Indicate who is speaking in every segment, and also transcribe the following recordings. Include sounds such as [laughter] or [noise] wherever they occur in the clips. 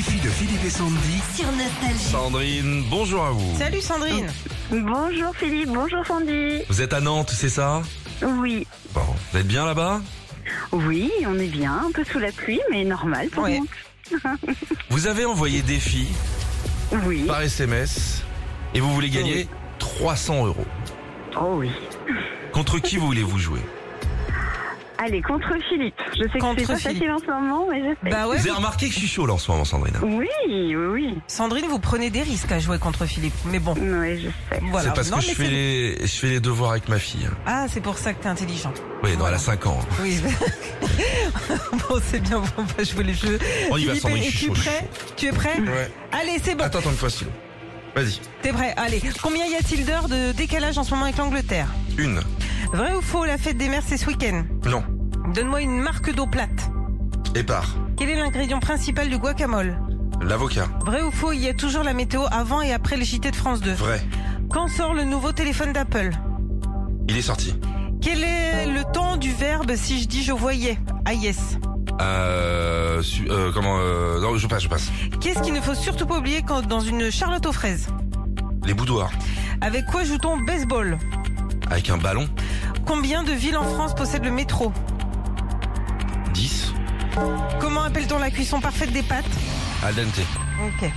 Speaker 1: Philippe et Sandy.
Speaker 2: sur Nostalgie.
Speaker 1: Sandrine, bonjour à vous.
Speaker 3: Salut Sandrine
Speaker 4: Bonjour Philippe, bonjour Sandy.
Speaker 1: Vous êtes à Nantes, c'est ça
Speaker 4: Oui,
Speaker 1: Bon, vous êtes bien là-bas
Speaker 4: oui, on est bien, un peu sous la pluie, mais normal pour
Speaker 3: Ouais.
Speaker 4: nous.
Speaker 1: Vous avez envoyé des filles
Speaker 4: Oui,
Speaker 3: Bah.
Speaker 1: par SMS et vous voulez gagner 300 euros.
Speaker 4: oh oui.
Speaker 1: Contre qui voulez-vous jouer
Speaker 4: Allez, contre Philippe. Je sais
Speaker 3: Contre
Speaker 4: que c'est pas
Speaker 3: Philippe.
Speaker 4: facile en ce moment, mais j'essaie.
Speaker 3: Bah ouais,
Speaker 1: Vous avez remarqué que je suis chaud là en ce moment, Sandrine. hein
Speaker 4: Oui, oui, oui.
Speaker 3: Sandrine, vous prenez des risques à jouer contre Philippe. Mais bon,
Speaker 4: Oui, je sais.
Speaker 3: voilà.
Speaker 1: C'est parce
Speaker 3: Non,
Speaker 1: que je
Speaker 3: mais
Speaker 1: fais,
Speaker 3: c'est-
Speaker 1: les, je fais les devoirs avec ma fille.
Speaker 3: Ah, c'est pour ça que t'es intelligent.
Speaker 1: Oui, non, elle
Speaker 3: Voilà.
Speaker 1: a 5 ans. hein.
Speaker 3: Oui. [laughs] bon, c'est bien, on va jouer les jeux.
Speaker 1: On y va,
Speaker 3: Philippe,
Speaker 1: Sandrine, je suis chaud.
Speaker 3: es-tu
Speaker 1: je suis
Speaker 3: prêt Tu es prêt
Speaker 1: chaud. Ouais. Ah.
Speaker 3: Allez, c'est bon.
Speaker 1: Attends, attends une fois, Sylvain. Vas-y.
Speaker 3: T'es prêt Allez. Combien y a-t-il d'heures de décalage en ce moment avec l'Angleterre
Speaker 1: Une.
Speaker 3: Vrai ou faux, la fête des mers, c'est ce week-end
Speaker 1: Non.
Speaker 3: Donne-moi une marque d'eau plate.
Speaker 1: Épar.
Speaker 3: Quel est l'ingrédient principal du guacamole
Speaker 1: L'avocat.
Speaker 3: Vrai ou faux, il y a toujours la météo avant et après le JT de France 2.
Speaker 1: Vrai.
Speaker 3: Quand sort le nouveau téléphone d'Apple
Speaker 1: Il est sorti.
Speaker 3: Quel est le temps du verbe si je dis je voyais Ah yes.
Speaker 1: Euh, su- euh, comment euh, Non, je passe, je passe.
Speaker 3: Qu'est-ce qu'il ne faut surtout pas oublier quand dans une charlotte aux fraises
Speaker 1: Les boudoirs.
Speaker 3: Avec quoi joue-t-on au baseball
Speaker 1: Avec un ballon.
Speaker 3: Combien de villes en France possède le métro
Speaker 1: 10.
Speaker 3: Comment appelle-t-on la cuisson parfaite des pâtes
Speaker 1: Al dente.
Speaker 3: Ok.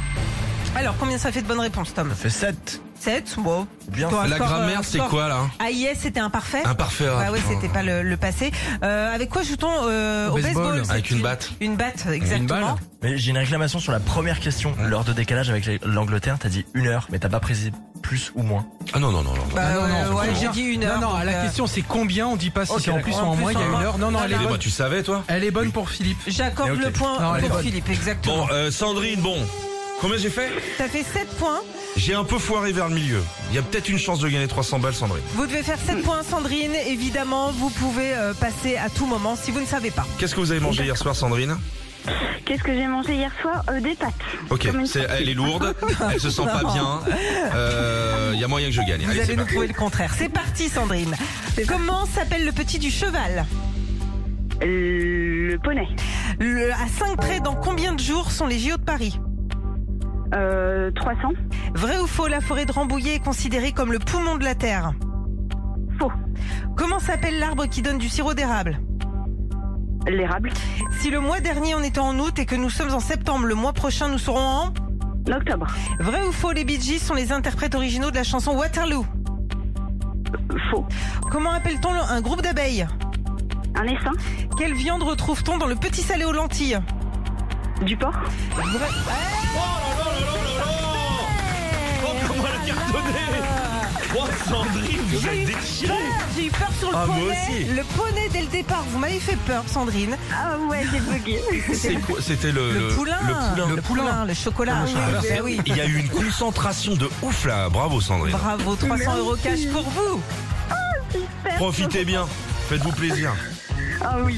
Speaker 3: Alors, combien ça fait de bonnes réponses, Tom
Speaker 5: fait 7.
Speaker 3: 7 Bon.
Speaker 5: Bien.
Speaker 3: Toi,
Speaker 1: La
Speaker 3: score, euh,
Speaker 1: grammaire, c'est
Speaker 3: score.
Speaker 1: quoi là hein
Speaker 3: Ah yes, c'était imparfait.
Speaker 1: Imparfait. hein.
Speaker 3: Bah ouais, c'était pas le, le passé. Euh, avec quoi joue-t-on euh, au
Speaker 5: Baseball.
Speaker 3: baseball,
Speaker 1: Avec
Speaker 3: c'est
Speaker 1: une batte.
Speaker 3: Une batte,
Speaker 5: Une
Speaker 3: exactement.
Speaker 5: balle. Mais j'ai une réclamation sur la première question. L'heure de décalage avec l'Angleterre, t'as dit une heure, mais t'as pas précisé plus ou moins.
Speaker 1: Ah non, non, non, non.
Speaker 3: Bah
Speaker 6: Ah non, non,
Speaker 3: ouais, ouais,
Speaker 6: c'est
Speaker 3: j'ai
Speaker 6: bon.
Speaker 3: dit une heure.
Speaker 6: Non, non,
Speaker 3: donc,
Speaker 6: la
Speaker 3: euh,
Speaker 6: question c'est combien, on dit pas si
Speaker 5: Ok,
Speaker 6: c'est en plus ou
Speaker 3: d'accord.
Speaker 6: en
Speaker 3: En
Speaker 6: moins, il y a
Speaker 3: plus, en
Speaker 6: une heure. Non, non,
Speaker 3: moins.
Speaker 6: elle est
Speaker 1: Excusez-moi,
Speaker 3: Excusez-moi,
Speaker 6: bonne.
Speaker 1: Eh ben, tu savais toi
Speaker 6: Elle est bonne pour Philippe.
Speaker 3: J'accorde
Speaker 5: Mais ok.
Speaker 3: le point
Speaker 6: Non, elle est
Speaker 3: pour
Speaker 6: bonne.
Speaker 3: Philippe, exactement.
Speaker 1: Bon, euh, Sandrine, bon. Combien j'ai fait
Speaker 3: Ça fait 7 points.
Speaker 1: J'ai un peu foiré vers le milieu. Il y a peut-être une chance de gagner 300 balles, Sandrine.
Speaker 3: Vous devez faire 7 points, Sandrine. Évidemment, vous pouvez euh, passer à tout moment si vous ne savez pas.
Speaker 1: Qu'est-ce que vous avez mangé hier soir, Sandrine
Speaker 4: Qu'est-ce que j'ai mangé hier soir Euh, Des pâtes.
Speaker 1: Ok,
Speaker 4: Comme une
Speaker 1: c'est-
Speaker 4: tortue.
Speaker 1: elle est lourde, elle se sent pas
Speaker 3: [laughs] Non.
Speaker 1: bien. Euh, Il y a moyen que je gagne.
Speaker 3: Vous
Speaker 1: Allez,
Speaker 3: allez
Speaker 1: c'est
Speaker 3: nous
Speaker 1: parti.
Speaker 3: prouver le contraire. C'est parti, Sandrine. Comment s'appelle le petit du cheval
Speaker 4: Le poney.
Speaker 3: Le- À 5 traits, dans combien de jours sont les JO de Paris
Speaker 4: Euh, 300.
Speaker 3: Vrai ou faux, la forêt de Rambouillet est considérée comme le poumon de la terre
Speaker 4: Faux.
Speaker 3: Comment s'appelle l'arbre qui donne du sirop d'érable
Speaker 4: L'érable.
Speaker 3: Si le mois dernier on était en août et que nous sommes en septembre, le mois prochain nous serons en
Speaker 4: L'octobre.
Speaker 3: Vrai ou faux, les Bee Gees sont les interprètes originaux de la chanson Waterloo
Speaker 4: Faux.
Speaker 3: Comment appelle-t-on le- un groupe d'abeilles
Speaker 4: Un essaim.
Speaker 3: Quelle viande retrouve-t-on dans le petit salé aux lentilles
Speaker 4: Du porc.
Speaker 3: Vrai-
Speaker 1: Oh là là là là là là Oh, comment elle a cartonné Oh, Sandrine, vous
Speaker 3: J'ai
Speaker 1: êtes
Speaker 3: eu
Speaker 1: déchirée
Speaker 3: peur, J'ai eu peur sur le
Speaker 1: Ah, moi
Speaker 3: poney.
Speaker 1: aussi.
Speaker 3: Le poney dès le départ, vous m'avez fait peur, Sandrine.
Speaker 4: Ah ouais, j'ai bugué. [laughs]
Speaker 1: C'est quoi C'était le,
Speaker 3: Le, poulain,
Speaker 1: le poulain.
Speaker 3: le poulain, le chocolat.
Speaker 1: Ah,
Speaker 3: Ah,
Speaker 1: c'est-
Speaker 3: bah oui.
Speaker 1: Il y a eu une concentration de ouf là. Bravo, Sandrine.
Speaker 3: Bravo, 300 euros cash pour vous.
Speaker 1: Profitez bien. Faites-vous plaisir.
Speaker 4: Ah oui.